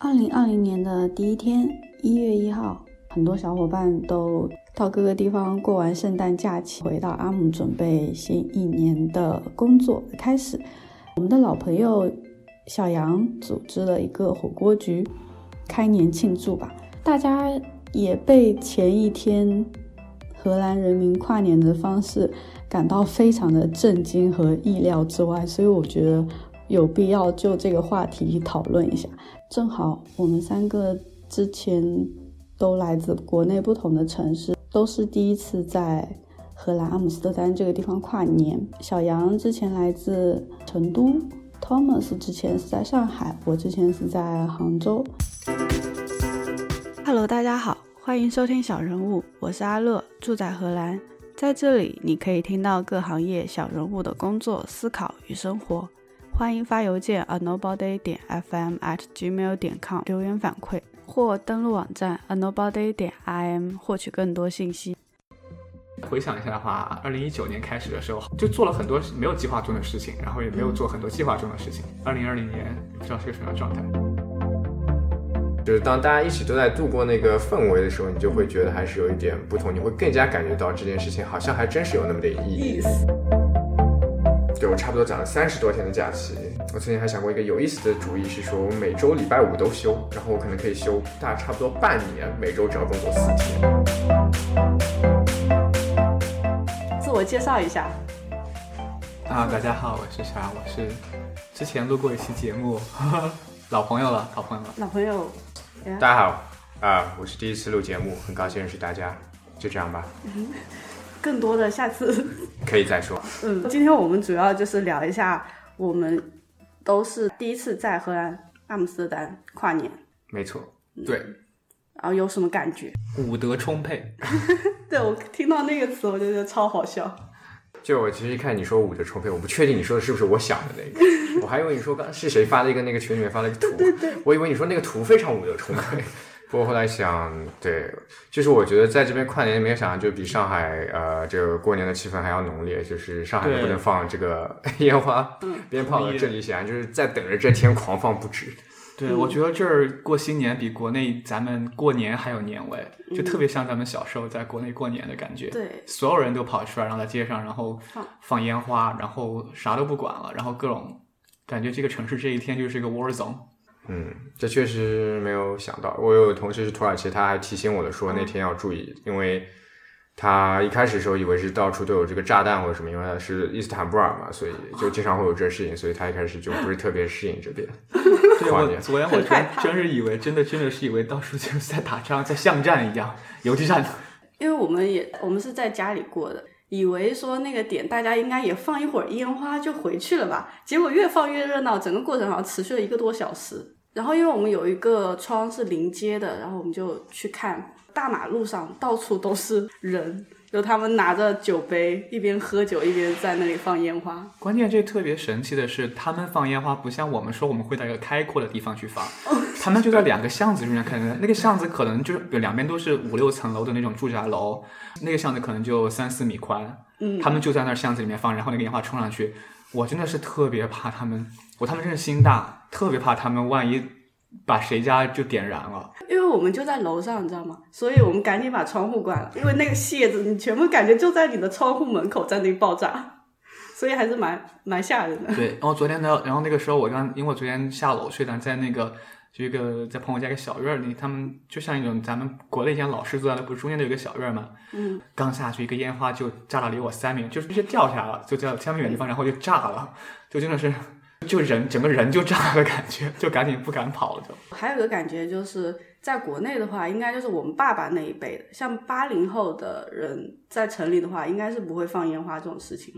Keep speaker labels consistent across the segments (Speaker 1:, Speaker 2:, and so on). Speaker 1: 二零二零年的第一天，一月一号，很多小伙伴都到各个地方过完圣诞假期，回到阿姆准备新一年的工作开始。我们的老朋友小杨组织了一个火锅局，开年庆祝吧。大家也被前一天荷兰人民跨年的方式感到非常的震惊和意料之外，所以我觉得有必要就这个话题讨论一下。正好我们三个之前都来自国内不同的城市，都是第一次在荷兰阿姆斯特丹这个地方跨年。小杨之前来自成都，Thomas 之前是在上海，我之前是在杭州。Hello，大家好，欢迎收听小人物，我是阿乐，住在荷兰，在这里你可以听到各行业小人物的工作、思考与生活。欢迎发邮件 a nobody 点 fm at gmail 点 com 留言反馈，或登录网站 a nobody 点 im 获取更多信息。
Speaker 2: 回想一下的话，二零一九年开始的时候，就做了很多没有计划中的事情，然后也没有做很多计划中的事情。二零二零年不知道是个什么样的状态。
Speaker 3: 就是当大家一起都在度过那个氛围的时候，你就会觉得还是有一点不同，你会更加感觉到这件事情好像还真是有那么点意义。对我差不多攒了三十多天的假期，我曾经还想过一个有意思的主意，是说我每周礼拜五都休，然后我可能可以休大差不多半年，每周只要工作四天。
Speaker 1: 自我介绍一下，
Speaker 2: 啊，大家好，我是啥？我是之前录过一期节目， 老朋友了，老朋友了。
Speaker 1: 老朋友，
Speaker 3: 大家好，啊、我是第一次录节目，很高兴认识大家，就这样吧，
Speaker 1: 更多的下次，
Speaker 3: 可以再说。
Speaker 1: 嗯，今天我们主要就是聊一下，我们都是第一次在荷兰阿姆斯特丹跨年，
Speaker 3: 没错，
Speaker 2: 对，
Speaker 1: 然后有什么感觉？
Speaker 2: 武德充沛，
Speaker 1: 对我听到那个词，我就觉得超好笑。
Speaker 3: 就我其实一看你说五的充沛，我不确定你说的是不是我想的那个，我还以为你说刚是谁发了一个那个群里面发了一个图，我以为你说那个图非常五的充沛。不过后来想，对，就是我觉得在这边跨年没有想到，就比上海呃这个过年的气氛还要浓烈。就是上海
Speaker 2: 对
Speaker 3: 不能放这个 烟花、鞭炮
Speaker 2: 同
Speaker 3: 了，
Speaker 2: 意
Speaker 3: 这里显然就是在等着这天狂放不止。
Speaker 2: 对、我觉得这儿过新年比国内咱们过年还有年味，就特别像咱们小时候在国内过年的感觉。
Speaker 1: 对
Speaker 2: 所有人都跑出来，然后在街上，然后
Speaker 1: 放
Speaker 2: 放烟花，然后啥都不管了，然后各种感觉这个城市这一天就是一个 war zone。
Speaker 3: 嗯，这确实没有想到。我有同事是土耳其，他还提醒我的说那天要注意，因为他一开始的时候以为是到处都有这个炸弹或者什么，因为他是伊斯坦布尔嘛，所以就经常会有这事情，所以他一开始就不是特别适应这边。
Speaker 2: 对
Speaker 3: 跨
Speaker 2: 我
Speaker 3: 年
Speaker 2: 昨天我真真是以为，真的真的是以为到处就是在打仗，在巷战一样，游击战。
Speaker 1: 因为我们也我们是在家里过的，以为说那个点大家应该也放一会儿烟花就回去了吧，结果越放越热闹，整个过程好像持续了一个多小时。然后因为我们有一个窗是临街的，然后我们就去看大马路上到处都是人，就他们拿着酒杯一边喝酒一边在那里放烟花。
Speaker 2: 关键这特别神奇的是，他们放烟花不像我们说我们会在一个开阔的地方去放，他们就在两个巷子中间看，那个巷子可能就是有两边都是五六层楼的那种住宅楼，那个巷子可能就三四米宽，嗯，他们就在那巷子里面放，然后那个烟花冲上去，我真的是特别怕他们，我他们真是心大，特别怕他们万一把谁家就点燃了。
Speaker 1: 因为我们就在楼上，你知道吗？所以我们赶紧把窗户关了，因为那个蟹子，你全部感觉就在你的窗户门口在那里爆炸，所以还是蛮蛮吓人的。
Speaker 2: 对，然后昨天呢，然后那个时候我刚，因为我昨天下楼去的，在那个就一个在朋友家一个小院儿里，他们就像一种咱们国内以前老师坐在那不是中间都有一个小院儿嘛，嗯，刚下去一个烟花就炸了，离我三米，就是直接掉下来了，就在三米远地方，然后就炸了，就真的是就人整个人就炸了的感觉，就赶紧不敢跑了就。
Speaker 1: 还有个感觉就是，在国内的话，应该就是我们爸爸那一辈的，像八零后的人在城里的话，应该是不会放烟花这种事情，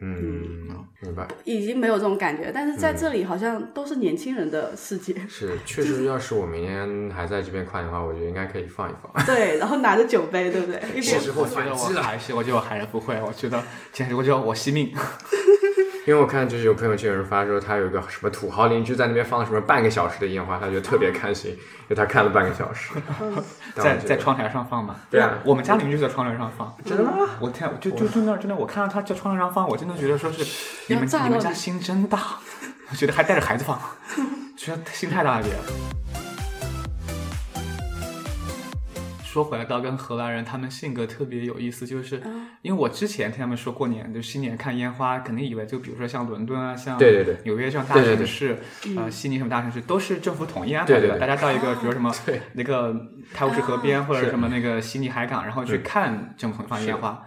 Speaker 3: 嗯，明白。
Speaker 1: 已经没有这种感觉。但是在这里好像都是年轻人的世界，
Speaker 3: 是，确实，要是我明年还在这边跨年的话，我觉得应该可以放一放。
Speaker 1: 对，然后拿着酒杯，对不对？一边
Speaker 3: 是时候
Speaker 2: 我觉得
Speaker 3: 反击
Speaker 2: 我
Speaker 3: 了
Speaker 2: 还是，我觉得我还是不会，我觉得简直我觉得我惜命。
Speaker 3: 因为我看就是有朋友圈有人发说他有一个什么土豪邻居在那边放了什么半个小时的烟花，他觉得特别开心，因为他看了半个小 时。
Speaker 2: 在
Speaker 3: 但我觉得
Speaker 2: 在窗台上放吗？
Speaker 3: 对啊
Speaker 2: 我们家邻居在窗台上放。真的吗？我天，就就就那儿真的，我看到他在窗台上放，我真的觉得说是你
Speaker 1: 要
Speaker 2: 们
Speaker 1: 炸
Speaker 2: 你
Speaker 1: 了
Speaker 2: 们家
Speaker 1: 你
Speaker 2: 心真大，我觉得还带着孩子放。实际上心态大一点。说回来，到跟荷兰人，他们性格特别有意思，就是
Speaker 1: 嗯
Speaker 2: 因为我之前听他们说过年，就新年看烟花，肯定以为就比如说像伦敦啊，像
Speaker 3: 对对对
Speaker 2: 纽约这样大
Speaker 3: 对对
Speaker 2: 城
Speaker 3: 对
Speaker 2: 市，呃，悉尼什么大城市都是政府统一安排
Speaker 3: 对对
Speaker 2: 的，
Speaker 3: 对
Speaker 2: 大家到一个比如什么
Speaker 3: 对啊
Speaker 2: 那个泰晤士河边或者
Speaker 3: 是
Speaker 2: 什么那个悉尼海港，然后去
Speaker 3: 嗯
Speaker 2: 看政府放烟花。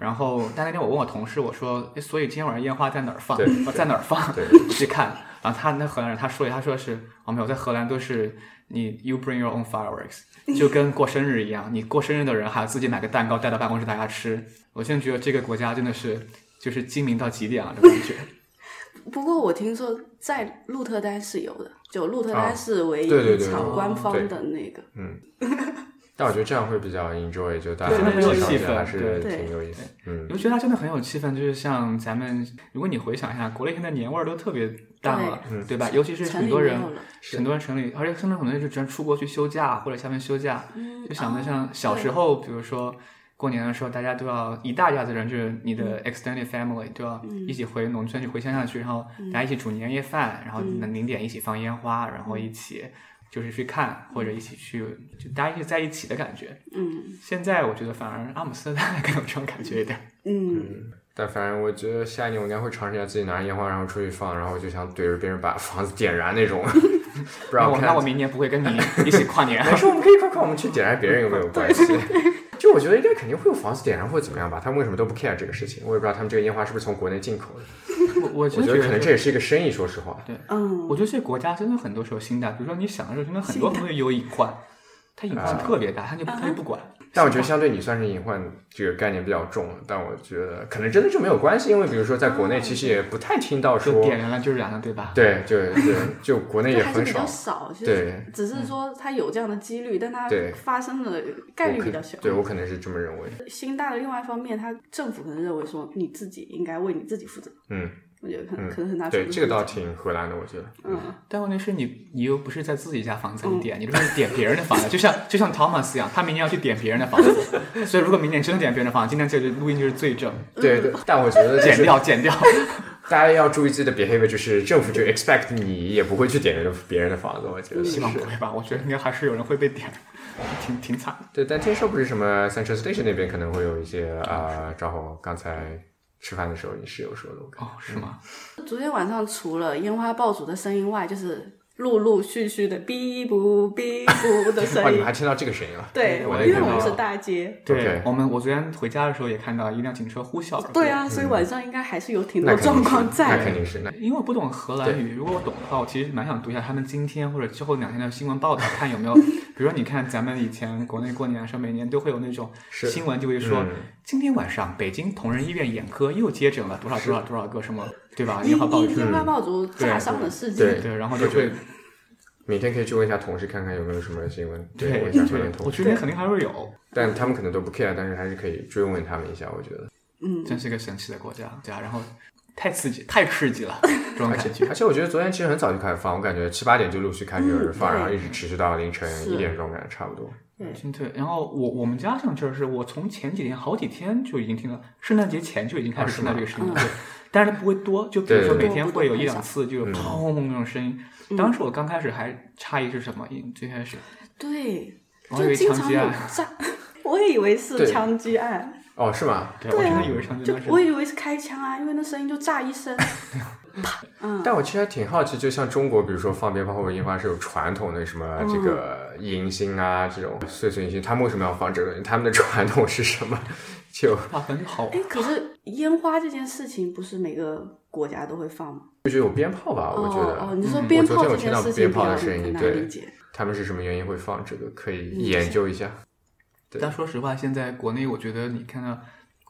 Speaker 2: 然后，但那天我问我同事，我说，诶所以今天晚上烟花在哪儿放？
Speaker 3: 对
Speaker 2: 我说在哪儿放？
Speaker 3: 对
Speaker 2: 我去看。然后他那荷兰人他说，他说是，哦没有，在荷兰都是你 you bring your own fireworks，就跟过生日一样，你过生日的人还要自己买个蛋糕带到办公室大家吃。我现在觉得这个国家真的是就是精明到极点啊了，这感觉。
Speaker 1: 不过我听说在鹿特丹是有的，就鹿特丹
Speaker 3: 啊
Speaker 1: 是唯一
Speaker 3: 对对
Speaker 1: 一
Speaker 3: 对
Speaker 1: 场
Speaker 3: 对
Speaker 1: 官方
Speaker 3: 对
Speaker 1: 的那个。
Speaker 3: 嗯但我觉得这样会比较 enjoy，就大家
Speaker 2: 真的很有
Speaker 3: 一起
Speaker 2: 气
Speaker 3: 聊天还
Speaker 2: 氛
Speaker 3: 是
Speaker 1: 对
Speaker 3: 挺有意思。嗯
Speaker 2: 你，会觉得它真的很有气氛，就是像咱们，如果你回想一下，国内现在年味儿都特别淡了，对吧？尤其是
Speaker 1: 城
Speaker 2: 很
Speaker 1: 里
Speaker 2: 多
Speaker 1: 没
Speaker 2: 人
Speaker 1: 有了，
Speaker 2: 很多人城里，而且甚至很多人就专出国去休假或者下面休假，
Speaker 1: 嗯
Speaker 2: 就想着
Speaker 1: 哦
Speaker 2: 像小时候，比如说过年的时候，大家都要一大家子人，就是你的
Speaker 1: 嗯
Speaker 2: extended family 都要一起回农村去回乡下去，然后
Speaker 1: 嗯
Speaker 2: 大家一起煮年夜饭，然后能零点一起放烟花，然
Speaker 1: 嗯
Speaker 2: 后一起就是去看或者一起去，就大家一起在一起的感觉。
Speaker 1: 嗯
Speaker 2: 现在我觉得反而阿姆斯特丹更有这种感觉一点。
Speaker 1: 嗯，
Speaker 3: 但反正我觉得下一年我应该会尝试一下自己拿着烟花然后出去放，然后就想怼着别人把房子点燃 那种。不
Speaker 2: 那
Speaker 3: 然
Speaker 2: 我
Speaker 3: 看
Speaker 2: 那我明年不会跟你一起跨年。
Speaker 3: 没事，我们可以看看我们去点燃别人有没有关系。就我觉得应该肯定会有房子点燃或者怎么样吧，他们为什么都不 care 这个事情？我也不知道他们这个烟花是不是从国内进口的。
Speaker 2: 我 我真
Speaker 3: 我觉
Speaker 2: 的
Speaker 3: 得可能
Speaker 2: 觉
Speaker 3: 这也是一个生意，说实话。
Speaker 1: 嗯，
Speaker 2: 我觉得这国家真的很多时候心大，比如说你想的时候，真的很多东西有隐患，它隐患
Speaker 3: 啊
Speaker 2: 特别大，它就它就不管。
Speaker 3: 但我觉得相对你算是隐患这个概念比较重了，但我觉得可能真的就没有关系，因为比如说在国
Speaker 2: 啊
Speaker 3: 内其实也不太听到
Speaker 2: 就
Speaker 3: 说，
Speaker 2: 点燃了就燃了，对吧？
Speaker 3: 对，就对，就国内
Speaker 1: 这
Speaker 3: 也
Speaker 1: 还是
Speaker 3: 很
Speaker 1: 比较
Speaker 3: 少。
Speaker 1: 少，其实
Speaker 3: 对，
Speaker 1: 只是说它有这样的几率，但它
Speaker 3: 嗯对
Speaker 1: 发生的概
Speaker 3: 我
Speaker 1: 率
Speaker 3: 可
Speaker 1: 比较小。
Speaker 3: 对我可能是这么认为。
Speaker 1: 心大的另外一方面，它政府可能认为说你自己应该为你自己负责，
Speaker 3: 嗯，
Speaker 1: 我觉得可能
Speaker 3: 嗯
Speaker 1: 可能很大程
Speaker 3: 对，
Speaker 1: 度
Speaker 3: 这个
Speaker 1: 啊是
Speaker 3: 倒挺荷兰的，我觉得。
Speaker 1: 嗯
Speaker 2: 但问题是你，你又不是在自己家房子里点，你都是点别人的房子，就像就像 Thomas 一样，他明年要去点别人的房子， 所以如果明年真的点别人的房子，今天这个录音就是罪证，
Speaker 3: 对
Speaker 1: 嗯
Speaker 3: 对，但我觉得就
Speaker 2: 剪
Speaker 3: 是
Speaker 2: 掉剪 掉。
Speaker 3: 大家要注意自己的 behavior，就是政府就 expect 你也不会去点燃别人的房子，我
Speaker 1: 嗯
Speaker 3: 觉得
Speaker 2: 希
Speaker 3: 是
Speaker 2: 望不会吧？我觉得应该还是有人会被点，挺挺惨的。
Speaker 3: 对，但听说不是什么 Central Station 那边可能会有一些啊，赵红刚才吃饭的时候你室友说的，我看
Speaker 2: 哦，是吗？
Speaker 3: 嗯
Speaker 1: 嗯昨天晚上除了烟花爆竹的声音外，就是陆陆续续的哔不哔不的
Speaker 3: 哇，
Speaker 1: 声
Speaker 3: 哦
Speaker 1: 音
Speaker 3: 你们还。听到这个声音啊？
Speaker 1: 对，
Speaker 3: 我
Speaker 1: 因为
Speaker 3: 也听
Speaker 1: 我
Speaker 3: 到
Speaker 1: 们是
Speaker 3: 了。
Speaker 1: 大街。
Speaker 2: 对
Speaker 3: OK
Speaker 2: 我们，我昨天回家的时候也看到一辆警车呼啸而过。
Speaker 1: 对啊，所以晚上应该还是有挺多
Speaker 3: 嗯那肯定
Speaker 1: 状
Speaker 3: 是
Speaker 1: 况在
Speaker 3: 那
Speaker 1: 的。
Speaker 3: 肯定是那。
Speaker 2: 因为我不懂荷兰语，如果我懂的话，我其实蛮想读一下他们今天或者之后两天的新闻报道，看有 没有，比如说你看咱们以前国内过年的时候，每年都会有那种
Speaker 3: 是
Speaker 2: 新闻，就会说、
Speaker 3: 嗯
Speaker 2: 今天晚上北京同仁医院眼科又接诊了多少多少多少个什么，对
Speaker 3: 哎
Speaker 2: 吧？
Speaker 1: 烟
Speaker 2: 烟花爆竹，
Speaker 1: 烟花爆竹炸伤的事件，
Speaker 3: 嗯对
Speaker 2: 对，然后就
Speaker 3: 对
Speaker 2: 会
Speaker 3: 明天可以去问一下同事，看看有没有什么新闻。
Speaker 2: 对
Speaker 3: 问一下
Speaker 2: 对
Speaker 3: 关联同
Speaker 2: 我
Speaker 3: 事，
Speaker 2: 觉得肯定还会有，
Speaker 3: 但他们可能都不 care，但是还是可以追问他们一下，我觉得。
Speaker 1: 嗯，
Speaker 2: 真是个神奇的国家，对啊，然后太刺激，太刺激了，这种
Speaker 3: 而
Speaker 2: 感
Speaker 3: 且
Speaker 2: 觉。
Speaker 3: 而且我觉得昨天其实很早就开始放，我感觉七八点就陆续开始有人
Speaker 1: 嗯
Speaker 3: 放，
Speaker 1: 对
Speaker 3: 然后一直持续到凌晨
Speaker 1: 是
Speaker 3: 一点钟，感觉差不多。
Speaker 2: 真对，然后我我们家像这儿是我从前几天好几天就已经听到，圣诞节前就已经开始听到这个声音，
Speaker 1: 嗯
Speaker 2: 对，但是它不会多，就比如说
Speaker 3: 对
Speaker 2: 每天会有一两次就是
Speaker 3: 嗯
Speaker 2: 砰那种声音。当时我刚开始还诧异是什么音，最开始
Speaker 1: 对，
Speaker 2: 我还以
Speaker 1: 就
Speaker 2: 为
Speaker 1: 经
Speaker 2: 枪
Speaker 1: 常
Speaker 2: 击
Speaker 1: 有
Speaker 2: 案，
Speaker 1: 炸， 我也以为是
Speaker 3: 对
Speaker 1: 枪击案，
Speaker 3: 哦，是吗？
Speaker 2: 对啊我真的以为枪击
Speaker 1: 就
Speaker 2: 案
Speaker 1: 我
Speaker 2: 是。
Speaker 1: 以为是开枪啊，因为那声音就炸一 声。啊
Speaker 3: 但我其实还挺好奇，就像中国，比如说放鞭炮或者烟花是有传统的什
Speaker 1: 嗯
Speaker 3: 么这个迎新啊、这种岁岁迎新，他们为什么要放这个东西？他们的传统是什么？就
Speaker 2: 划分好玩
Speaker 1: 哎，可是烟花这件事情不是每个国家都会放吗？
Speaker 3: 就觉得有鞭炮吧，我觉得。
Speaker 1: 哦哦，你
Speaker 3: 嗯
Speaker 1: 说
Speaker 3: 我
Speaker 1: 鞭
Speaker 3: 昨
Speaker 1: 炮这
Speaker 3: 天有听
Speaker 1: 件
Speaker 3: 到
Speaker 1: 事情
Speaker 3: 鞭
Speaker 1: 比
Speaker 3: 炮
Speaker 1: 较
Speaker 3: 的声音，
Speaker 1: 很难
Speaker 3: 对
Speaker 1: 理，解。
Speaker 3: 他们是什么原因会放这个？可以
Speaker 1: 嗯
Speaker 3: 研究一下。对
Speaker 2: 但说实话，现在国内我觉得你看到，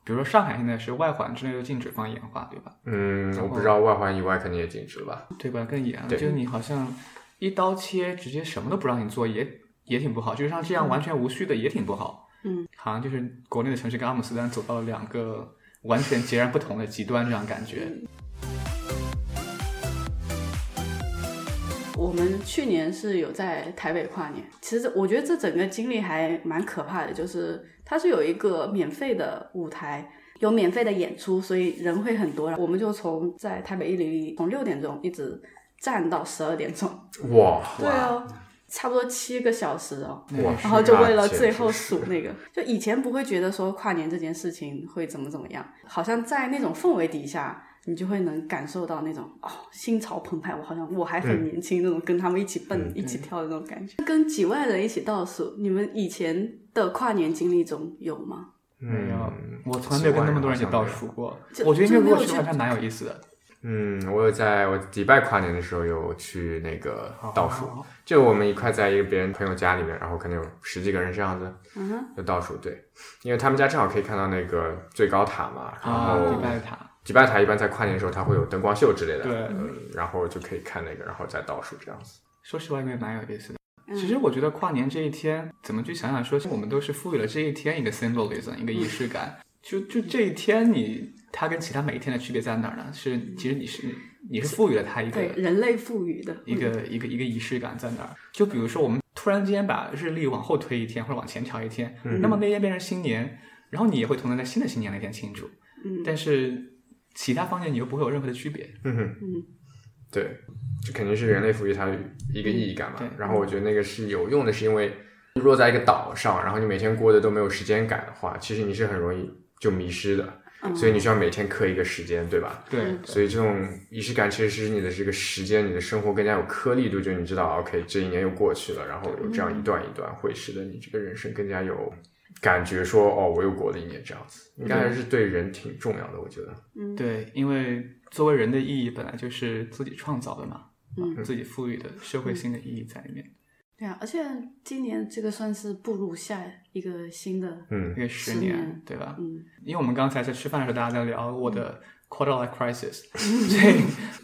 Speaker 2: 比如说上海现在是外环之内就禁止放烟花，对吧？
Speaker 3: 嗯，我不
Speaker 1: 哦
Speaker 3: 知道外环以外肯定也禁止了吧？
Speaker 2: 对吧？更严了，
Speaker 3: 对
Speaker 2: 就是你好像一刀切，直接什么都不让你做，也也挺不好。就是像这样完全无序的也挺不好。
Speaker 1: 嗯，
Speaker 2: 好像就是国内的城市跟阿姆斯特丹走到了两个完全截然不同的极端，这样感觉。
Speaker 1: 我们去年是有在台北跨年，其实我觉得这整个经历还蛮可怕的，就是它是有一个免费的舞台，有免费的演出，所以人会很多。我们就从在台北一零一从六点钟一直站到十二点钟。
Speaker 3: 哇，
Speaker 1: 对哦，差不多七个小时哦。
Speaker 3: 哇，
Speaker 1: 然后就
Speaker 2: 啊
Speaker 1: 为了
Speaker 3: 那
Speaker 1: 最后
Speaker 3: 简直是
Speaker 1: 数那个，就以前不会觉得说跨年这件事情会怎么怎么样，好像在那种氛围底下，你就会能感受到那种哦心潮澎湃，我好像我还
Speaker 2: 嗯
Speaker 1: 很年轻那种，跟他们一起蹦、一起跳的那种感觉。跟几万人一起倒数，你们以前的跨年经历中有吗？
Speaker 2: 没有
Speaker 3: 嗯，
Speaker 2: 哎我从来没有跟那么多人一起倒数过。
Speaker 1: 就
Speaker 2: 我觉得因为如果去
Speaker 1: 就没有
Speaker 2: 的话，还蛮有意思的。
Speaker 3: 嗯，我有在我迪拜跨年的时候有去那个倒数，就我们一块在一个别人朋友家里面，然后可能有十几个人这样子，
Speaker 1: 嗯哼，
Speaker 3: 就倒数对，因为他们家正好可以看到那个最高塔嘛，然
Speaker 2: 啊，
Speaker 3: 后
Speaker 2: 迪拜塔，
Speaker 3: 迪拜塔一般在跨年的时候它会有灯光秀之类的，
Speaker 2: 对
Speaker 3: 嗯，然后就可以看那个，然后再倒数这样子。
Speaker 2: 说实话，应该蛮有意思的。
Speaker 1: 嗯
Speaker 2: 其实我觉得跨年这一天，怎么去想想说，我们都是赋予了这一天一个 symbolism，一个仪式感。就就这一天你，它跟其他每一天的区别在哪儿呢？是其实你是你是赋予了它一个
Speaker 1: 对，人类赋予的
Speaker 2: 一个一个一个仪式感在那儿。就比如说，我们突然间把日历往后推一天，或者往前调一天，那么那天变成新年，然后你也会同样在新的新年那天庆祝，
Speaker 1: 嗯
Speaker 2: 但是其他方面你又不会有任何的区别。
Speaker 3: 嗯哼，
Speaker 1: 嗯
Speaker 3: 对，这肯定是人类赋予它一个意义感嘛
Speaker 2: 对。
Speaker 3: 然后我觉得那个是有用的，是因为落在一个岛上，然后你每天过得都没有时间感的话，其实你是很容易就迷失的。
Speaker 1: 嗯
Speaker 3: 所以你需要每天刻一个时间，对吧？
Speaker 2: 对，
Speaker 3: 所以这种仪式感其实是你的这个时间，你的生活更加有颗粒度，就你知道，OK，这一年又过去了，然后有这样一段一段，会使得你这个人生更加有感觉说，哦，我又过了一年这样子，应该还是对人挺重要的，我觉得。
Speaker 1: 嗯
Speaker 2: 对，因为作为人的意义本来就是自己创造的嘛，
Speaker 1: 嗯
Speaker 2: 啊自己赋予的社会性的意义在里面。
Speaker 1: 对啊，而且今年这个算是步入下一个新的
Speaker 3: 嗯
Speaker 2: 那个十
Speaker 1: 十
Speaker 2: 年，
Speaker 1: 年
Speaker 2: 对吧？
Speaker 1: 嗯
Speaker 2: 因为我们刚才在吃饭的时候，大家在聊我的 quarter life crisis，所以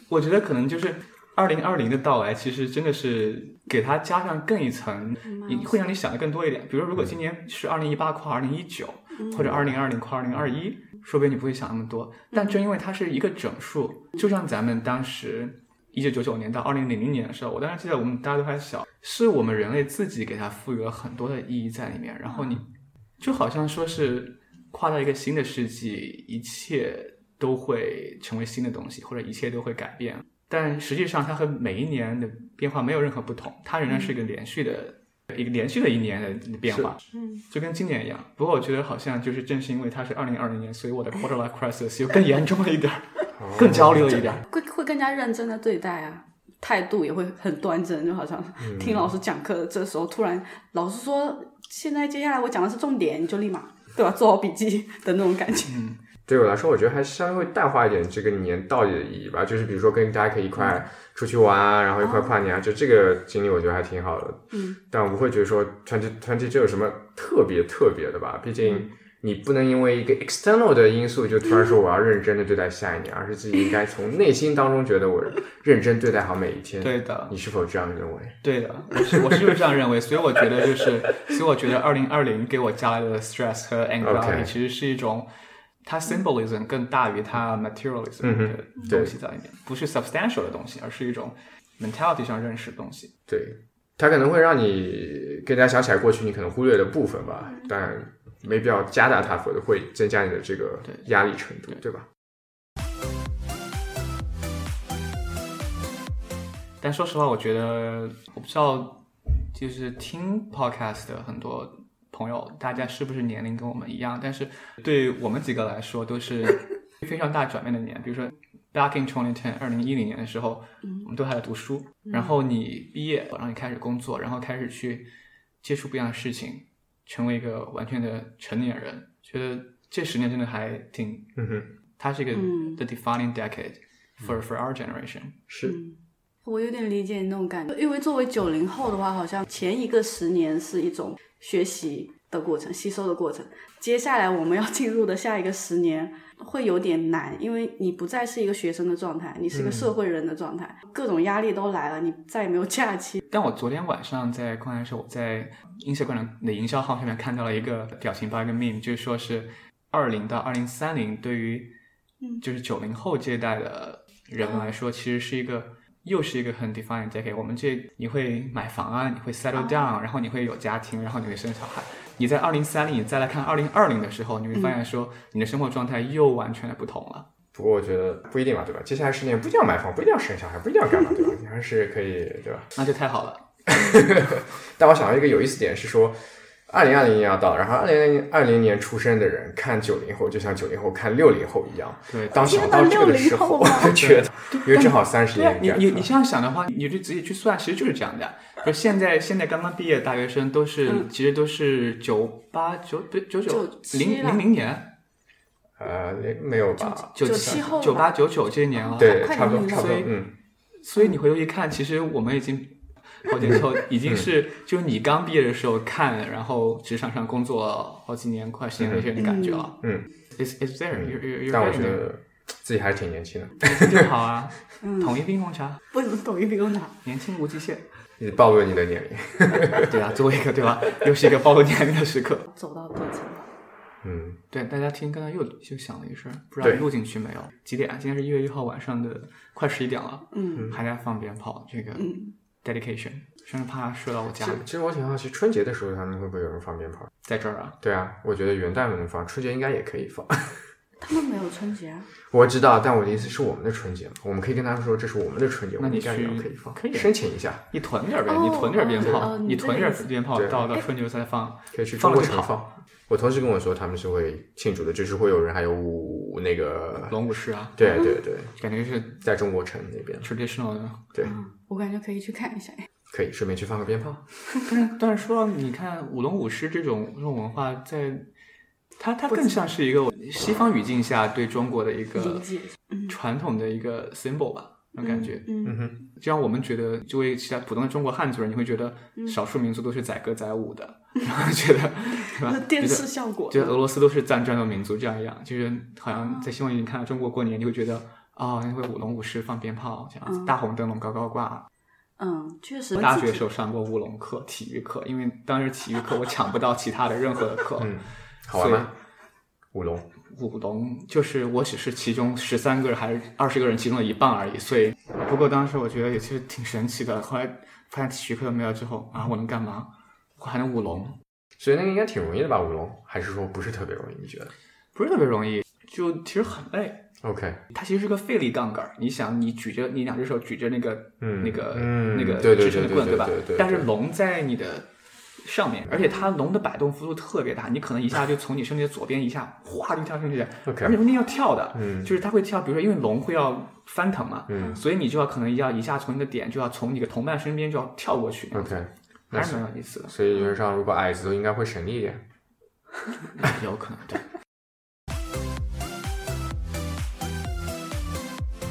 Speaker 2: 我觉得可能就是二零二零的到来，其实真的是给它加上更一层，你会让你想的更多一点。比如说，如果今年是二零一八跨二零一九，或者二零二零跨二零二一，说不定你不会想那么多。但正因为它是一个整数，就像咱们当时。一九九九年到二零零零年的时候，我当时记得我们大家都还小，是我们人类自己给它赋予了很多的意义在里面。然后你就好像说是跨到一个新的世纪，一切都会成为新的东西，或者一切都会改变。但实际上，它和每一年的变化没有任何不同，它仍然是一个连续的、一个连续的一年的变化，
Speaker 1: 嗯
Speaker 2: 就跟今年一样。不过我觉得好像就是正是因为它是二零二零年，所以我的 quarter life crisis 又更严重了一点儿，
Speaker 3: 哦
Speaker 2: 更焦虑了一点儿。
Speaker 1: 会会更加认真的对待啊，态度也会很端正，就好像听老师讲课，这时候突然老师说现在接下来我讲的是重点，你就立马对吧做好笔记的那种感觉。
Speaker 3: 对我来说，我觉得还是稍微淡化一点这个年到底的意义吧。就是比如说跟大家可以一块出去玩啊，然后一块跨年啊，就这个经历我觉得还挺好的。
Speaker 1: 嗯，
Speaker 3: 但我不会觉得说 twenty twenty 这有什么特别特别的吧？毕竟你不能因为一个 external 的因素就突然说我要认真的对待下一年，而是自己应该从内心当中觉得我认真对待好每一天。，
Speaker 2: 对的，
Speaker 3: 你是否这样认为？
Speaker 2: 对的，我是我是就是这样认为，所以我觉得就是，所以我觉得二零二零给我加来的 stress 和 anxiety
Speaker 3: OK
Speaker 2: 其实是一种，它 symbolism 更大于它 materialism
Speaker 3: 嗯哼
Speaker 2: 的东西在里面，不是 substantial 的东西，而是一种 mentality 上认识的东西。
Speaker 3: 对，它可能会让你更加想起来过去你可能忽略的部分吧，
Speaker 2: 嗯
Speaker 3: 但没必要加大它，否则会增加你的这个
Speaker 2: 对
Speaker 3: 压力程度，对吧？
Speaker 2: 但说实话，我觉得我不知道，就是听 podcast 的很多朋友，大家是不是年龄跟我们一样？但是对我们几个来说，都是非常大转变的年。比如说，back in 2010，二零一零年的时候，我们都还在读书，然后你毕业，然后你开始工作，然后开始去接触不一样的事情，成为一个完全的成年人。觉得这十年真的还挺，
Speaker 3: 嗯哼，
Speaker 2: 它是一个
Speaker 1: 嗯
Speaker 2: the defining decade for for our generation。
Speaker 3: 是，
Speaker 1: 嗯我有点理解你那种感觉，因为作为九零后的话，好像前一个十年是一种学习的过程、吸收的过程，接下来我们要进入的下一个十年会有点难，因为你不再是一个学生的状态，你是一个社会人的状态，各种压力都来了，你再也没有假期。
Speaker 2: 但我昨天晚上在逛街的时候，我在 Instagram 的营销号上面看到了一个表情包，一个 meme，就是说是二零到二零三零对于
Speaker 1: 嗯
Speaker 2: 就是九零后这一代的人来说，其实是一个又是一个很 defined decade。我们这你会买房啊，你会 settle down，、然后你会有家庭，然后你会生小孩。你在二零三零，你再来看二零二零的时候，你会发现说你的生活状态又完全的不同了。
Speaker 3: 不过我觉得不一定吧，对吧？接下来十年不一定要买房，不一定要生小孩，不一定要干嘛，对吧？你还是可以，对吧？
Speaker 2: 那就太好了。
Speaker 3: 但我想到一个有意思点是说，二零二零年要到，然后二零二零年出生的人看九零后，就像九零后看六零后一样。
Speaker 2: 对，
Speaker 3: 当想到这个的时
Speaker 1: 天哪60
Speaker 3: 候，
Speaker 1: 后吗
Speaker 3: 我就觉得，因为正好三十
Speaker 2: 对啊
Speaker 3: 年
Speaker 2: 你
Speaker 3: 感
Speaker 2: 你你这样想的话，你就自己去算，其实就是这样的。说现在现在刚刚毕业的大学生都是，其实都是九八九对九九
Speaker 1: 97
Speaker 2: 零
Speaker 1: 了
Speaker 2: 零零年
Speaker 3: 呃，没有吧？
Speaker 2: 九
Speaker 1: 97后吧
Speaker 2: 九八九九这些年啊，
Speaker 3: 对，
Speaker 1: 快
Speaker 3: 差不
Speaker 1: 零零
Speaker 3: 多，差不
Speaker 2: 所
Speaker 3: 多
Speaker 2: 以，
Speaker 3: 嗯，
Speaker 2: 所以你回头一看，其实我们已经好几年后，已经是就是你刚毕业的时候看，然后职场上工作好几年、快十年的一些人的感觉了。
Speaker 3: 嗯
Speaker 2: ，is is there you you you
Speaker 3: 但我觉得自己还是挺年轻的，
Speaker 2: 就好啊，统一冰红茶，
Speaker 1: 为什么嗯抖音比我难？
Speaker 2: 年轻无极限。
Speaker 3: 一直暴露你的年龄。
Speaker 2: 对啊，作为一个对吧，又是一个暴露年龄的时刻。
Speaker 1: 走到多层了？
Speaker 3: 嗯，
Speaker 2: 对，大家听刚才又又响了一声，不知道
Speaker 3: 对
Speaker 2: 录进去没有？几点啊？今天是一月一号晚上的快十一点了，
Speaker 1: 嗯
Speaker 2: 还在放鞭炮，这个 dedication，甚至怕睡到我
Speaker 3: 其
Speaker 2: 家
Speaker 3: 实其实我挺好奇，春节的时候他们会不会有人放鞭炮？
Speaker 2: 在这儿啊。
Speaker 3: 对啊，我觉得元旦不能放，春节应该也可以放。
Speaker 1: 他们没有春节啊？
Speaker 3: 我知道，但我的意思是我们的春节，我们可以跟他们说这是我们的春节，我
Speaker 2: 那
Speaker 3: 们
Speaker 2: 你
Speaker 3: 应该也要
Speaker 2: 去
Speaker 3: 可以放，
Speaker 2: 可以啊
Speaker 3: 申请一下，
Speaker 2: 你囤点儿呗，
Speaker 1: 哦
Speaker 2: 你囤点儿鞭炮，
Speaker 1: 哦哦
Speaker 2: 你囤点
Speaker 1: 你
Speaker 2: 儿鞭炮，
Speaker 3: 对
Speaker 2: 到到春节再放。
Speaker 3: 可以去
Speaker 2: 放
Speaker 3: 中
Speaker 2: 了
Speaker 3: 国
Speaker 2: 就
Speaker 3: 城
Speaker 2: 跑
Speaker 3: 放。我同事跟我说他们是会庆祝的，就是会有人还有舞那个，
Speaker 2: 龙舞狮啊，
Speaker 3: 对对对，
Speaker 2: 感觉是
Speaker 3: 在中国城那边，
Speaker 2: traditional 的。
Speaker 3: 对，
Speaker 1: 我感觉可以去看一下。
Speaker 3: 可以顺便去放个鞭炮。
Speaker 2: 但是但是说到你看舞龙舞狮这种这种文化在，它它更像是一个西方语境下对中国的一
Speaker 1: 理
Speaker 2: 个
Speaker 1: 解，
Speaker 2: 传统的一个 symbol 吧，那种感觉。
Speaker 1: 嗯，
Speaker 3: 嗯哼，
Speaker 2: 就像我们觉得，就为其他普通的中国汉族人，你会觉得
Speaker 1: 嗯
Speaker 2: 少数民族都是载歌载舞的， 然后觉得对吧
Speaker 1: 那？电
Speaker 2: 觉得
Speaker 1: 视效果
Speaker 2: 觉得俄罗斯都是占战斗民族这样一样，就是好像在新闻里你看到中国过年，你会觉得啊，那会舞龙舞狮、放鞭炮这样子，
Speaker 1: 嗯
Speaker 2: 大红灯笼高高挂。
Speaker 1: 嗯，确实。
Speaker 2: 我大学时候上过舞龙课、体育课，因为当时体育课我抢不到其他的任何的课。
Speaker 3: 嗯，好玩吗？舞龙，
Speaker 2: 舞龙就是我只是其中十三个人还是二十个人其中的一半而已，所以不过当时我觉得也是挺神奇的。后来发现体育课没有之后啊，我能干嘛？我还能舞龙，
Speaker 3: 所以那个应该挺容易的吧？舞龙，还是说不是特别容易？你觉得
Speaker 2: 不是特别容易，就其实很累。
Speaker 3: ？OK，
Speaker 2: 它其实是个费力杠杆儿，你想，你举着你两只手举着那个、
Speaker 3: 嗯
Speaker 2: 那个、
Speaker 3: 嗯
Speaker 2: 那个
Speaker 3: 对对
Speaker 2: 支撑的
Speaker 3: 对
Speaker 2: 棍，
Speaker 3: 对
Speaker 2: 吧
Speaker 3: 对对对？
Speaker 2: 但是
Speaker 3: 对
Speaker 2: 龙在你的上面，而且它龙的摆动幅度特别大，你可能一下就从你身体的左边一下哗就跳上去，
Speaker 3: OK
Speaker 2: 而且一定要跳的，
Speaker 3: 嗯
Speaker 2: 就是它会跳，比如说因为龙会要翻腾嘛，
Speaker 3: 嗯
Speaker 2: 所以你就要可能要一下从你的点就要从你的同伴身边就要跳过去，
Speaker 3: ，OK，
Speaker 2: 还是蛮有意思的，
Speaker 3: 所以理论上如果矮子都应该会省力一点。
Speaker 2: 有可能对。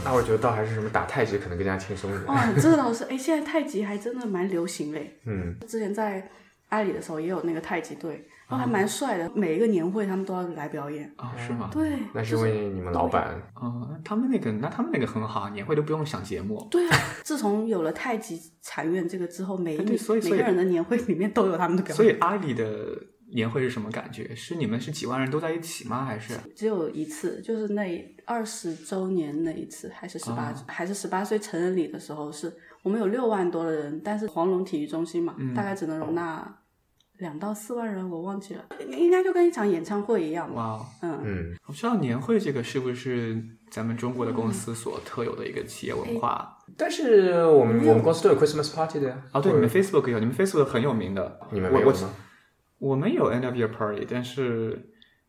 Speaker 3: 那我觉得倒还是什么打太极可能更加轻松一点。
Speaker 1: 哇，哦这个老师，哎，现在太极还真的蛮流行嘞。
Speaker 3: 嗯，
Speaker 1: 之前在阿里的时候也有那个太极队，然后
Speaker 2: 嗯
Speaker 1: 还蛮帅的。每一个年会他们都要来表演。
Speaker 2: 啊、是吗？
Speaker 1: 对，
Speaker 3: 那是因为你们老板
Speaker 2: 哦、那他们那个，那他们那个很好，年会都不用想节目，
Speaker 1: 对啊，自从有了太极禅院这个之后，每一
Speaker 2: 哎对所以
Speaker 1: 每
Speaker 2: 所
Speaker 1: 个
Speaker 2: 以
Speaker 1: 人的年会里面都有他们的表演。
Speaker 2: 所以阿里的年会是什么感觉？是你们是几万人都在一起吗？还是
Speaker 1: 只有一次，就是那二十周年那一次，还是十八、
Speaker 2: 啊
Speaker 1: 还是十八岁成人礼的时候是，我们有六万多的人，但是黄龙体育中心嘛，大
Speaker 2: 嗯
Speaker 1: 概只能容纳两到四万人，我忘记了，应该就跟一场演唱会一样吧。
Speaker 2: 哇？哦
Speaker 1: 嗯，
Speaker 3: 嗯，
Speaker 2: 我不知道年会这个是不是咱们中国的公司所特有的一个企业文
Speaker 1: 嗯
Speaker 2: 化？
Speaker 3: 但是我们我们公司都有 Christmas party 的呀。
Speaker 2: 哦，对，
Speaker 3: 或
Speaker 2: 你
Speaker 3: 者
Speaker 2: 们 Facebook 有，你们 Facebook 很有名的。
Speaker 3: 你们
Speaker 2: 我
Speaker 3: 没有
Speaker 2: 我
Speaker 3: 吗？
Speaker 2: 我们有 end of year party，但是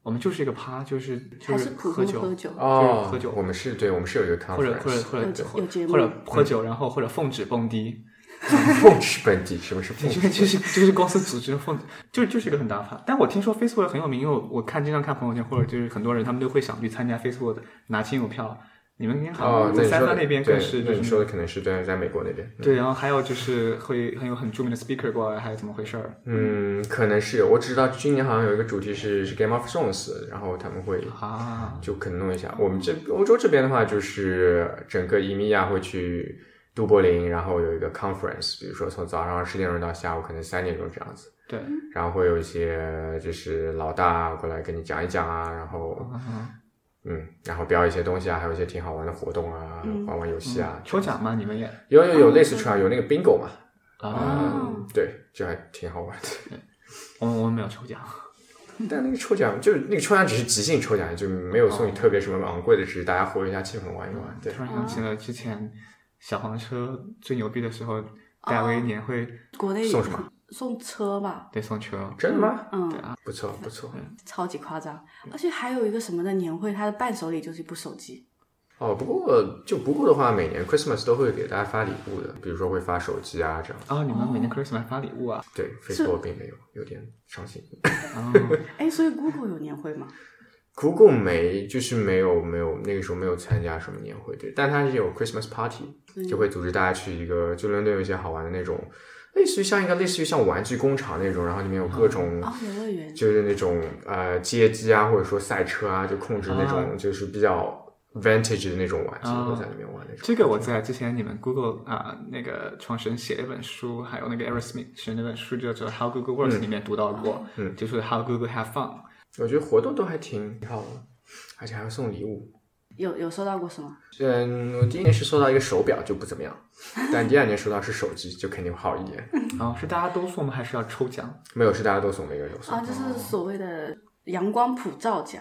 Speaker 2: 我们就是一个趴，就是就
Speaker 1: 还
Speaker 2: 是
Speaker 1: 是普
Speaker 2: 喝
Speaker 1: 通
Speaker 2: 酒，啊
Speaker 1: 喝酒，
Speaker 3: 哦，
Speaker 2: 就是喝酒
Speaker 3: 我们是对，我们是有一个 conference，
Speaker 2: 或者或者或
Speaker 1: 有
Speaker 2: 者
Speaker 1: 节
Speaker 2: 或
Speaker 1: 有节
Speaker 2: 者
Speaker 1: 目
Speaker 2: 或者喝酒，然后或者奉旨蹦迪，
Speaker 3: 奉旨本地什么是奉
Speaker 2: 就是
Speaker 3: 旨？
Speaker 2: 就是 就是公司组织的奉，就就是一个很大趴。但我听说 Facebook 很有名，因为我我看经常看朋友圈，或者就是很多人他们都会想去参加 Facebook 的拿亲友票。你们应该好
Speaker 3: 哦，
Speaker 2: 像
Speaker 3: 那你
Speaker 2: 三
Speaker 3: 说
Speaker 2: 藩
Speaker 3: 的
Speaker 2: 那边
Speaker 3: 对
Speaker 2: 更是
Speaker 3: 那
Speaker 2: 就
Speaker 3: 你
Speaker 2: 是
Speaker 3: 说的可能是对，在美国那边。
Speaker 2: 对，然后还有就是会很有很著名的 speaker 过来，还是怎么回事儿
Speaker 3: 嗯，可能是有。我只知道今年好像有一个主题是是 Game of Thrones，然后他们会
Speaker 2: 啊？
Speaker 3: 就可能弄一下。我们这欧洲这边的话，就是整个伊米亚会去都柏林，然后有一个 conference，比如说从早上十点钟到下午可能三点钟这样子，
Speaker 2: 对，
Speaker 3: 然后会有一些就是老大过来跟你讲一讲啊，然后
Speaker 2: 嗯
Speaker 3: 嗯，然后表演一些东西啊，还有一些挺好玩的活动啊，玩玩游戏啊，
Speaker 2: 抽奖嘛，你们也
Speaker 3: 有有有类似出来有那个 bingo 嘛，
Speaker 2: 啊？
Speaker 3: 嗯，对，就还挺好玩的。
Speaker 2: 我们我们没有抽奖，
Speaker 3: 但那个抽奖就是那个抽奖只是即兴抽奖，就没有送你特别什么昂贵的，只是大家活跃一下气氛玩一玩。对，
Speaker 2: 突然想起了之前小黄车最牛逼的时候，戴维年会
Speaker 1: 国内
Speaker 3: 送什么？
Speaker 1: 送车吧，
Speaker 2: 得送车，
Speaker 3: 真的吗？啊
Speaker 1: 嗯，
Speaker 3: 不错不错。
Speaker 1: 超级夸张。而且还有一个什么的年会，它的伴手礼就是一部手机。
Speaker 3: 哦，不过就不过的话，每年 Christmas 都会给大家发礼物的，比如说会发手机啊这样。
Speaker 2: 啊、你们每年 Christmas 发礼物啊？
Speaker 3: 对，Facebook 并没有，有点伤心。
Speaker 2: 哦啊
Speaker 1: 哎，所以 Google 有年会吗？
Speaker 3: Google 没，就是没有没有那个时候没有参加什么年会，对，但它是有 Christmas party，就
Speaker 1: 嗯
Speaker 3: 会组织大家去一个，就伦敦有一些好玩的那种，类似于像一个类似于像玩具工厂那种，然后里面有各种，
Speaker 1: 哦，游乐园。
Speaker 3: 就是那种呃街机啊，或者说赛车啊，就控制那种、就是比较 vintage 的那种玩具，
Speaker 2: 啊
Speaker 3: 会在里面玩那种。
Speaker 2: 这个我在之前你们 Google 啊、那个创始人写了一本书，还有那个 e r i s m i t h 那本书叫做《How Google Works》里面读到过，
Speaker 3: 嗯
Speaker 2: 就是 How Google Have Fun。
Speaker 3: 我觉得活动都还挺好的，而且还要送礼物。
Speaker 1: 有有收到过什么？
Speaker 3: 嗯，我第一年是收到一个手表就不怎么样， 但第二年收到是手机就肯定好一点。
Speaker 2: 然啊后是大家都送吗？还是要抽奖？
Speaker 3: 没有是大家都送，每个人都送
Speaker 1: 啊，。就是所谓的阳光普照奖。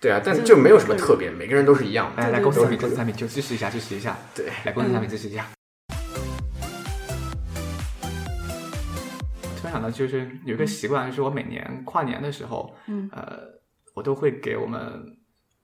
Speaker 3: 对啊，但
Speaker 1: 就
Speaker 3: 就没有什么特别，每个人都是一样的。
Speaker 2: 哎来来，
Speaker 1: 对
Speaker 2: 公司产
Speaker 1: 对
Speaker 2: 品，公司产品，就支持一下，支持一下。
Speaker 3: 对，
Speaker 2: 来公司产品支持一下。突然想到，就是有一个习惯，就是我每年跨年的时候，
Speaker 1: 嗯
Speaker 2: 呃，我都会给我们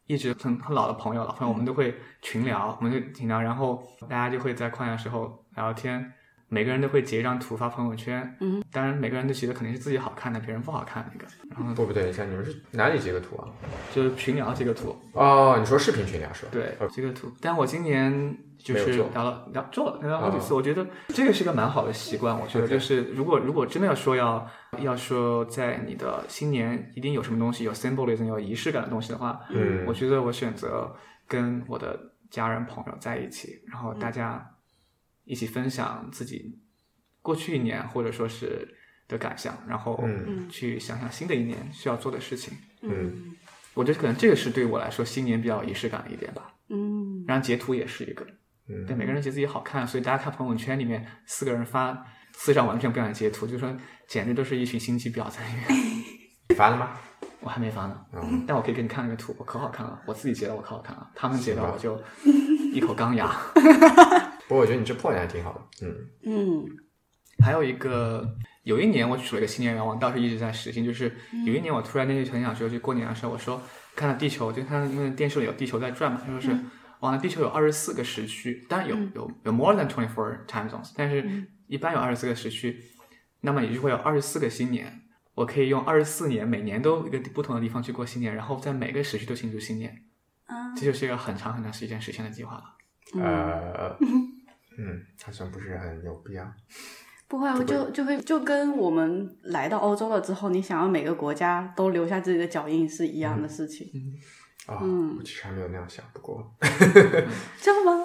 Speaker 2: 一直很很老的朋友，老朋友，我
Speaker 1: 嗯
Speaker 2: 们都会群聊，我们就群聊，然后大家就会在跨年的时候聊聊天，每个人都会截一张图发朋友圈，
Speaker 1: 嗯，
Speaker 2: 当然每个人都觉得肯定是自己好看的，别人不好看那个，然后
Speaker 3: 不不对，一下你们是哪里截个图啊？
Speaker 2: 就是群聊这个图，
Speaker 3: 哦，你说视频群聊是吧？
Speaker 2: 对
Speaker 3: OK，
Speaker 2: 这个图，但我今年就
Speaker 3: 呃没
Speaker 2: 是
Speaker 3: 有做啊
Speaker 2: 聊了聊做了聊了好几次，我觉得这个是个蛮好的习惯。我觉得
Speaker 3: OK
Speaker 2: 就是如果如果真的要说要要说在你的新年一定有什么东西有 symbolism 有仪式感的东西的话，
Speaker 3: 嗯
Speaker 2: 我觉得我选择跟我的家人朋友在一起，然后大家一起分享自己过去一年或者说是的感想，然后
Speaker 3: 嗯
Speaker 2: 去想想新的一年需要做的事情。
Speaker 3: 嗯
Speaker 2: 我觉得可能这个是对我来说新年比较有仪式感一点吧。
Speaker 1: 嗯，
Speaker 2: 然后截图也是一个，
Speaker 3: 嗯
Speaker 2: 对，每个人觉得自己好看，所以大家看朋友圈里面四个人发四张完全不一样的截图，就说简直都是一群心机婊在里面。
Speaker 3: 你发了吗？
Speaker 2: 我还没发呢，
Speaker 3: 嗯
Speaker 2: 但我可以给你看那个图，我可好看了，我自己截的我可好看了，他们截的我就一口钢牙。
Speaker 3: 不过我觉得你这破点还挺好的。嗯，
Speaker 1: 嗯，
Speaker 2: 还有一个，有一年我许了一个新年愿望，倒是一直在实行。就是有一年我突然间就很想说，就过年的时候，我说看到地球，就看到因为电视里有地球在转嘛，他说是，哇，地球有二十四个时区，当然有有有 more than twenty four time zones，但是一般有二十四个时区，那么也就会有二十四个新年。我可以用二十四年，每年都一个不同的地方去过新年，然后在每个时区都庆祝新年，
Speaker 1: 啊，
Speaker 2: 这就是一个很长很长时间实现的计划了。
Speaker 3: 呃，嗯，好像不是很牛逼啊。
Speaker 1: 不会啊，我就就会就跟我们来到欧洲了之后，你想要每个国家都留下自己的脚印是一样的事情，
Speaker 3: 啊，
Speaker 1: 嗯
Speaker 3: 我其实还没有那样想，不过。
Speaker 1: 这样吗？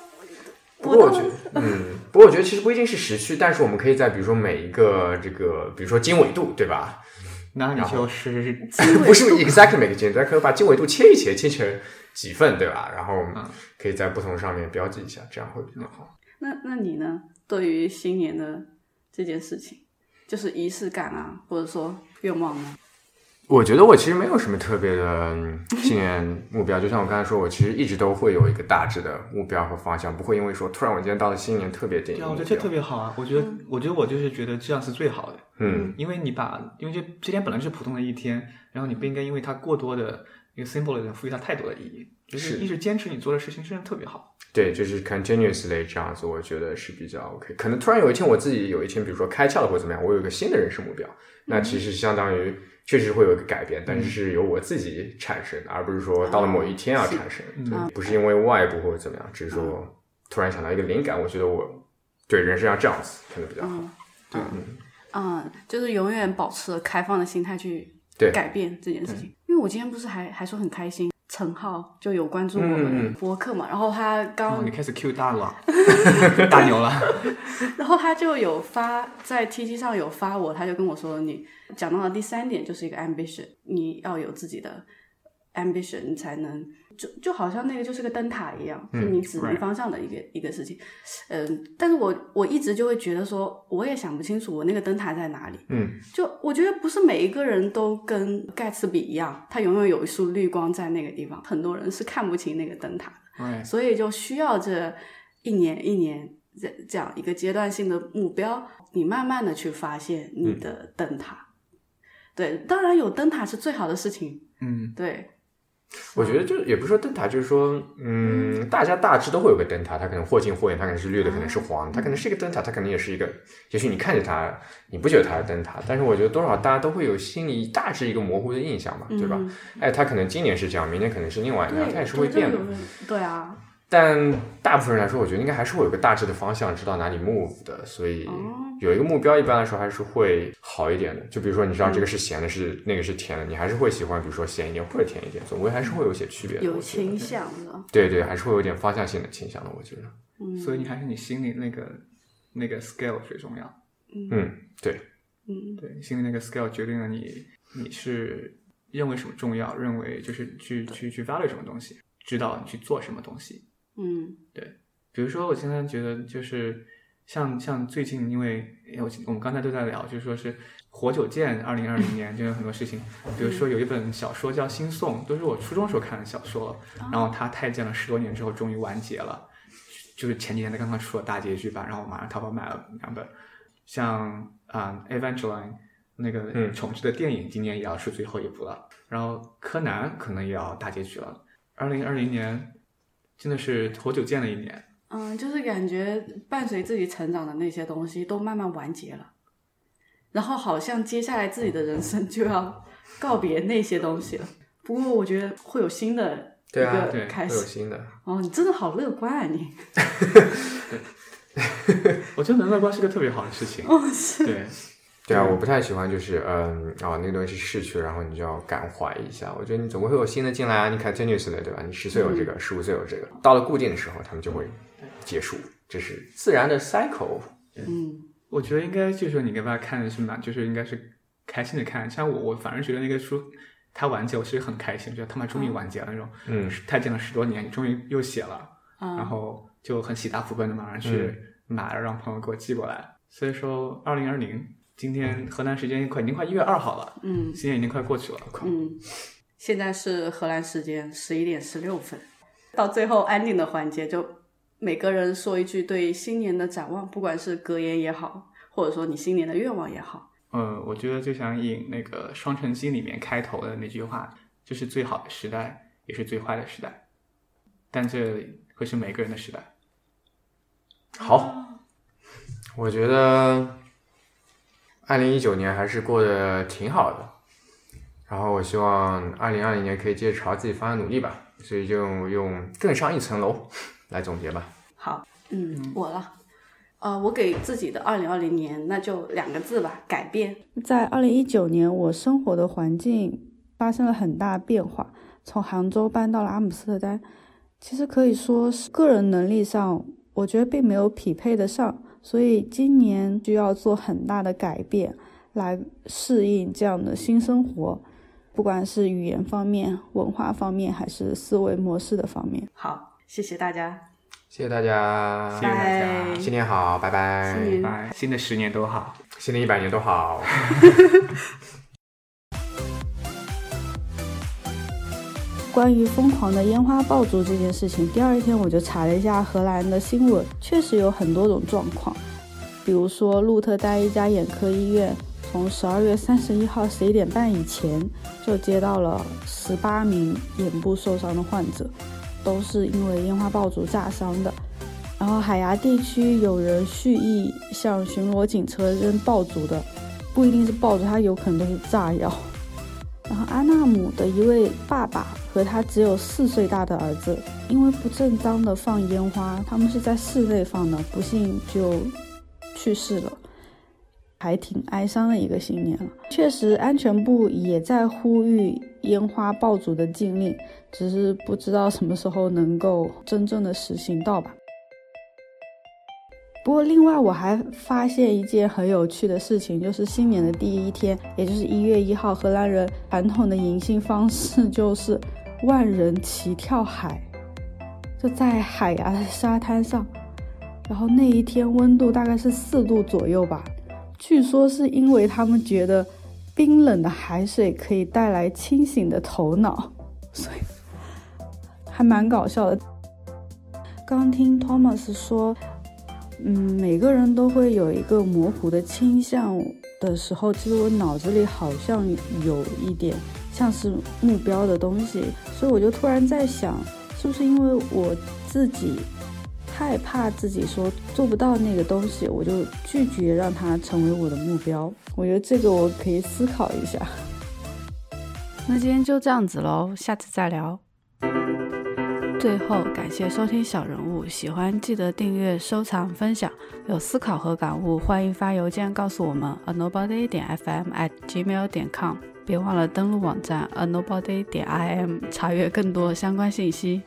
Speaker 3: 不过我
Speaker 1: 倒
Speaker 3: 觉得，嗯，不过我觉得其实不一定是时区，但是我们可以在比如说每一个这个，比如说经纬度，对吧？
Speaker 2: 那你
Speaker 3: 然后
Speaker 2: 就是
Speaker 3: 不是 exactly 每个经纬度，但可以把经纬度切一切，切成几份，对吧？然后
Speaker 2: 嗯
Speaker 3: 可以在不同上面标记一下，这样会比较好。
Speaker 1: 那那你呢？对于新年的这件事情，就是仪式感啊，或者说愿望啊呢？
Speaker 3: 我觉得我其实没有什么特别的嗯新年目标，就像我刚才说，我其实一直都会有一个大致的目标和方向，不会因为说突然我今天到了新年特别定义
Speaker 2: 对
Speaker 3: 目
Speaker 2: 啊，
Speaker 3: 标。
Speaker 2: 我觉得这特别好啊！我觉得，我觉得我就是觉得这样是最好的。
Speaker 3: 嗯，
Speaker 2: 因为你把，因为这这天本来是普通的一天，然后你不应该因为它过多的一个 symbolism 赋予它太多的意义，就是
Speaker 3: 是
Speaker 2: 一直坚持你做的事情，真的特别好。
Speaker 3: 对，就是 continuously 这样子，我觉得是比较 OK。可能突然有一天，我自己有一天，比如说开窍了或者怎么样，我有一个新的人生目标，那其实相当于确实会有一个改变，但是是由我自己产生，而不是说到了某一天而
Speaker 1: 是
Speaker 3: 产生，对，不是因为外部或者怎么样，只是说突然想到一个灵感，我觉得我对人生要这样子可能比较好。
Speaker 1: 嗯，嗯，就是永远保持着开放的心态去
Speaker 3: 对嗯
Speaker 1: 改变这件事情。因为我今天不是还还说很开心，陈浩就有关注我
Speaker 3: 嗯
Speaker 1: 们
Speaker 3: 嗯
Speaker 1: 播客嘛，然后他刚
Speaker 2: 哦，你开始 Q 大了，大牛了，
Speaker 1: 然后他就有发在 T G 上有发我，他就跟我说你讲到了第三点就是一个 ambition，你要有自己的 ambition，你才能就就好像那个就是个灯塔一样，
Speaker 3: 嗯
Speaker 1: 是你指明
Speaker 2: right
Speaker 1: 方向的一个、一个事情。嗯，但是我我一直就会觉得说，我也想不清楚我那个灯塔在哪里。
Speaker 3: 嗯，
Speaker 1: 就我觉得不是每一个人都跟盖茨比一样，他永远有一束绿光在那个地方，很多人是看不清那个灯塔的，
Speaker 2: ，right，
Speaker 1: 所以就需要这一年一年这这样一个阶段性的目标，你慢慢的去发现你
Speaker 3: 嗯
Speaker 1: 的灯塔。对，当然有灯塔是最好的事情。
Speaker 2: 嗯，
Speaker 1: 对，
Speaker 3: 我觉得
Speaker 1: 嗯
Speaker 3: 就是也不是说灯塔，就是说，嗯，大家大致都会有个灯塔，它可能或近或远，它可能是绿的，可
Speaker 1: 啊
Speaker 3: 能是黄的，它可能
Speaker 1: 嗯
Speaker 3: 是一个灯塔，它可能也是一个，也许你看着它，你不觉得它是灯塔，但是我觉得多少大家都会有心里大致一个模糊的印象嘛，对吧？
Speaker 1: 嗯
Speaker 3: 哎，它可能今年是这样，明年可能是另外那样，
Speaker 1: 对，
Speaker 3: 它也是会
Speaker 1: 对
Speaker 3: 变。的
Speaker 1: 就。有对啊，
Speaker 3: 但大部分人来说，我觉得应该还是会有个大致的方向，知道哪里 move 的，所
Speaker 1: 哦
Speaker 3: 以有一个目标，一般来说还是会好一点的。就比如说，你知道
Speaker 1: 嗯
Speaker 3: 这个是咸的是，那个是甜的，你还是会喜欢，比如说咸一点或者甜一点，总归还是会有些区别的。
Speaker 1: 有
Speaker 3: 我觉得
Speaker 1: 倾。向的。
Speaker 3: 对对，还是会有点方向性的倾向的，我觉得。
Speaker 1: 嗯，
Speaker 2: 所以你还是你心里那个那个 scale 最重要，
Speaker 3: 嗯，对，
Speaker 1: 嗯
Speaker 2: 对，心里那个 scale 决定了你你是认为什么重要，认为就是去去去 value 什么东西，知道你去做什么东西，
Speaker 1: 嗯
Speaker 2: 比如说，我现在觉得就是像像最近，因为因为我我们刚才都在聊，就是说是活久见，二零二零年就有很多事情，比如说有一本小说叫《新宋》，都是我初中时候看的小说了，然后它太监了十多年之后终于完结了，就是前几天才刚刚出了大结局版，然后我马上淘宝买了两本，像啊、Evangeline》那个
Speaker 3: 嗯
Speaker 2: 重置的电影今年也要出最后一部了，然后柯南可能也要大结局了，二零二零年真的是活久见的一年。
Speaker 1: 嗯，就是感觉伴随自己成长的那些东西都慢慢完结了，然后好像接下来自己的人生就要告别那些东西了。不过我觉得会有新的一
Speaker 3: 对啊
Speaker 1: 个
Speaker 2: 对
Speaker 1: 开
Speaker 3: 会有
Speaker 1: 始。
Speaker 3: 新的。
Speaker 1: 哦，你真的好乐观啊你！
Speaker 2: 我觉得能乐观是个特别好的事情。
Speaker 1: 哦，是
Speaker 2: 对，
Speaker 3: 对啊，我不太喜欢，就是嗯，哦，那个东西逝去，然后你就要感怀一下。我觉得你总会有新的进来啊，你 continuous 的，对吧？你十岁有这
Speaker 1: 嗯
Speaker 3: 个，十五岁有这个，到了固定的时候，他们就会结束，这是自然的 cycle。
Speaker 1: 嗯
Speaker 2: 我觉得应该就是你跟大家看的是蛮，就是应该是开心的看。像我，我反而觉得那个书它完结，我其实很开心，觉得他妈终于完结了那种。
Speaker 3: 嗯，
Speaker 2: 太监了十多年，终于又写了，
Speaker 1: 啊，
Speaker 2: 然后就很喜大普奔的马上去买了，让朋友给我寄过来。所以说，二零二零今天河南时间快已经快一月二号了，
Speaker 1: 嗯
Speaker 2: 今年已经快过去了。
Speaker 1: 嗯，现在是荷兰时间十一点十六分，到最后安定的环节，就每个人说一句对新年的展望，不管是格言也好，或者说你新年的愿望也好。
Speaker 2: 嗯，我觉得就想引那个《双城记》里面开头的那句话，这是最好的时代，也是最坏的时代，但这会是每个人的时代。
Speaker 3: 好，我觉得二零一九年还是过得挺好的。然后我希望二零二零年可以接着朝自己方向努力吧，所以就用更上一层楼来总结吧。
Speaker 1: 好，嗯，我了。呃，我给自己的二零二零年，那就两个字吧，改变。
Speaker 4: 在二零一九年，我生活的环境发生了很大变化，从杭州搬到了阿姆斯特丹。其实可以说是个人能力上，我觉得并没有匹配得上，所以今年需要做很大的改变来适应这样的新生活，不管是语言方面、文化方面，还是思维模式的方面。
Speaker 1: 好，谢谢大家，
Speaker 3: 谢谢大家，
Speaker 2: 谢谢大家
Speaker 1: 拜
Speaker 3: 新年好，拜拜，
Speaker 1: 新年
Speaker 2: 拜，新的十年都好。
Speaker 3: 新的一百年都好。
Speaker 4: 关于疯狂的烟花爆竹这件事情，第二天我就查了一下荷兰的新闻，确实有很多种状况，比如说鹿特丹一家眼科医院，从十二月三十一号十一点半以前就接到了十八名眼部受伤的患者，都是因为烟花爆竹炸伤的。然后海牙地区有人蓄意向巡逻警车扔爆竹的，不一定是爆竹，它有可能都是炸药。然后阿纳姆的一位爸爸和他只有四岁大的儿子，因为不正当的放烟花，他们是在室内放的，不幸就去世了，还挺哀伤的一个新年了。确实，安全部也在呼吁烟花爆竹的禁令，只是不知道什么时候能够真正的实行到吧。不过，另外我还发现一件很有趣的事情，就是新年的第一天，也就是一月一号，荷兰人传统的迎新方式就是万人齐跳海，就在海啊沙滩上。然后那一天温度大概是四度左右吧，据说是因为他们觉得冰冷的海水可以带来清醒的头脑， 所以还蛮搞笑的。刚听 Thomas 说，嗯，每个人都会有一个模糊的倾向的时候，其实我脑子里好像有一点像是目标的东西，所以我就突然在想，是不是因为我自己害怕自己说做不到那个东西，我就拒绝让它成为我的目标？我觉得这个我可以思考一下。 那今天就这样子喽，下次再聊。最后，感谢收听小人物，喜欢记得订阅、收藏、分享。有思考和感悟，欢迎发邮件告诉我们 a nobody 点 fm at gmail 点 com。别忘了登录网站 a nobody 点 im 查阅更多相关信息。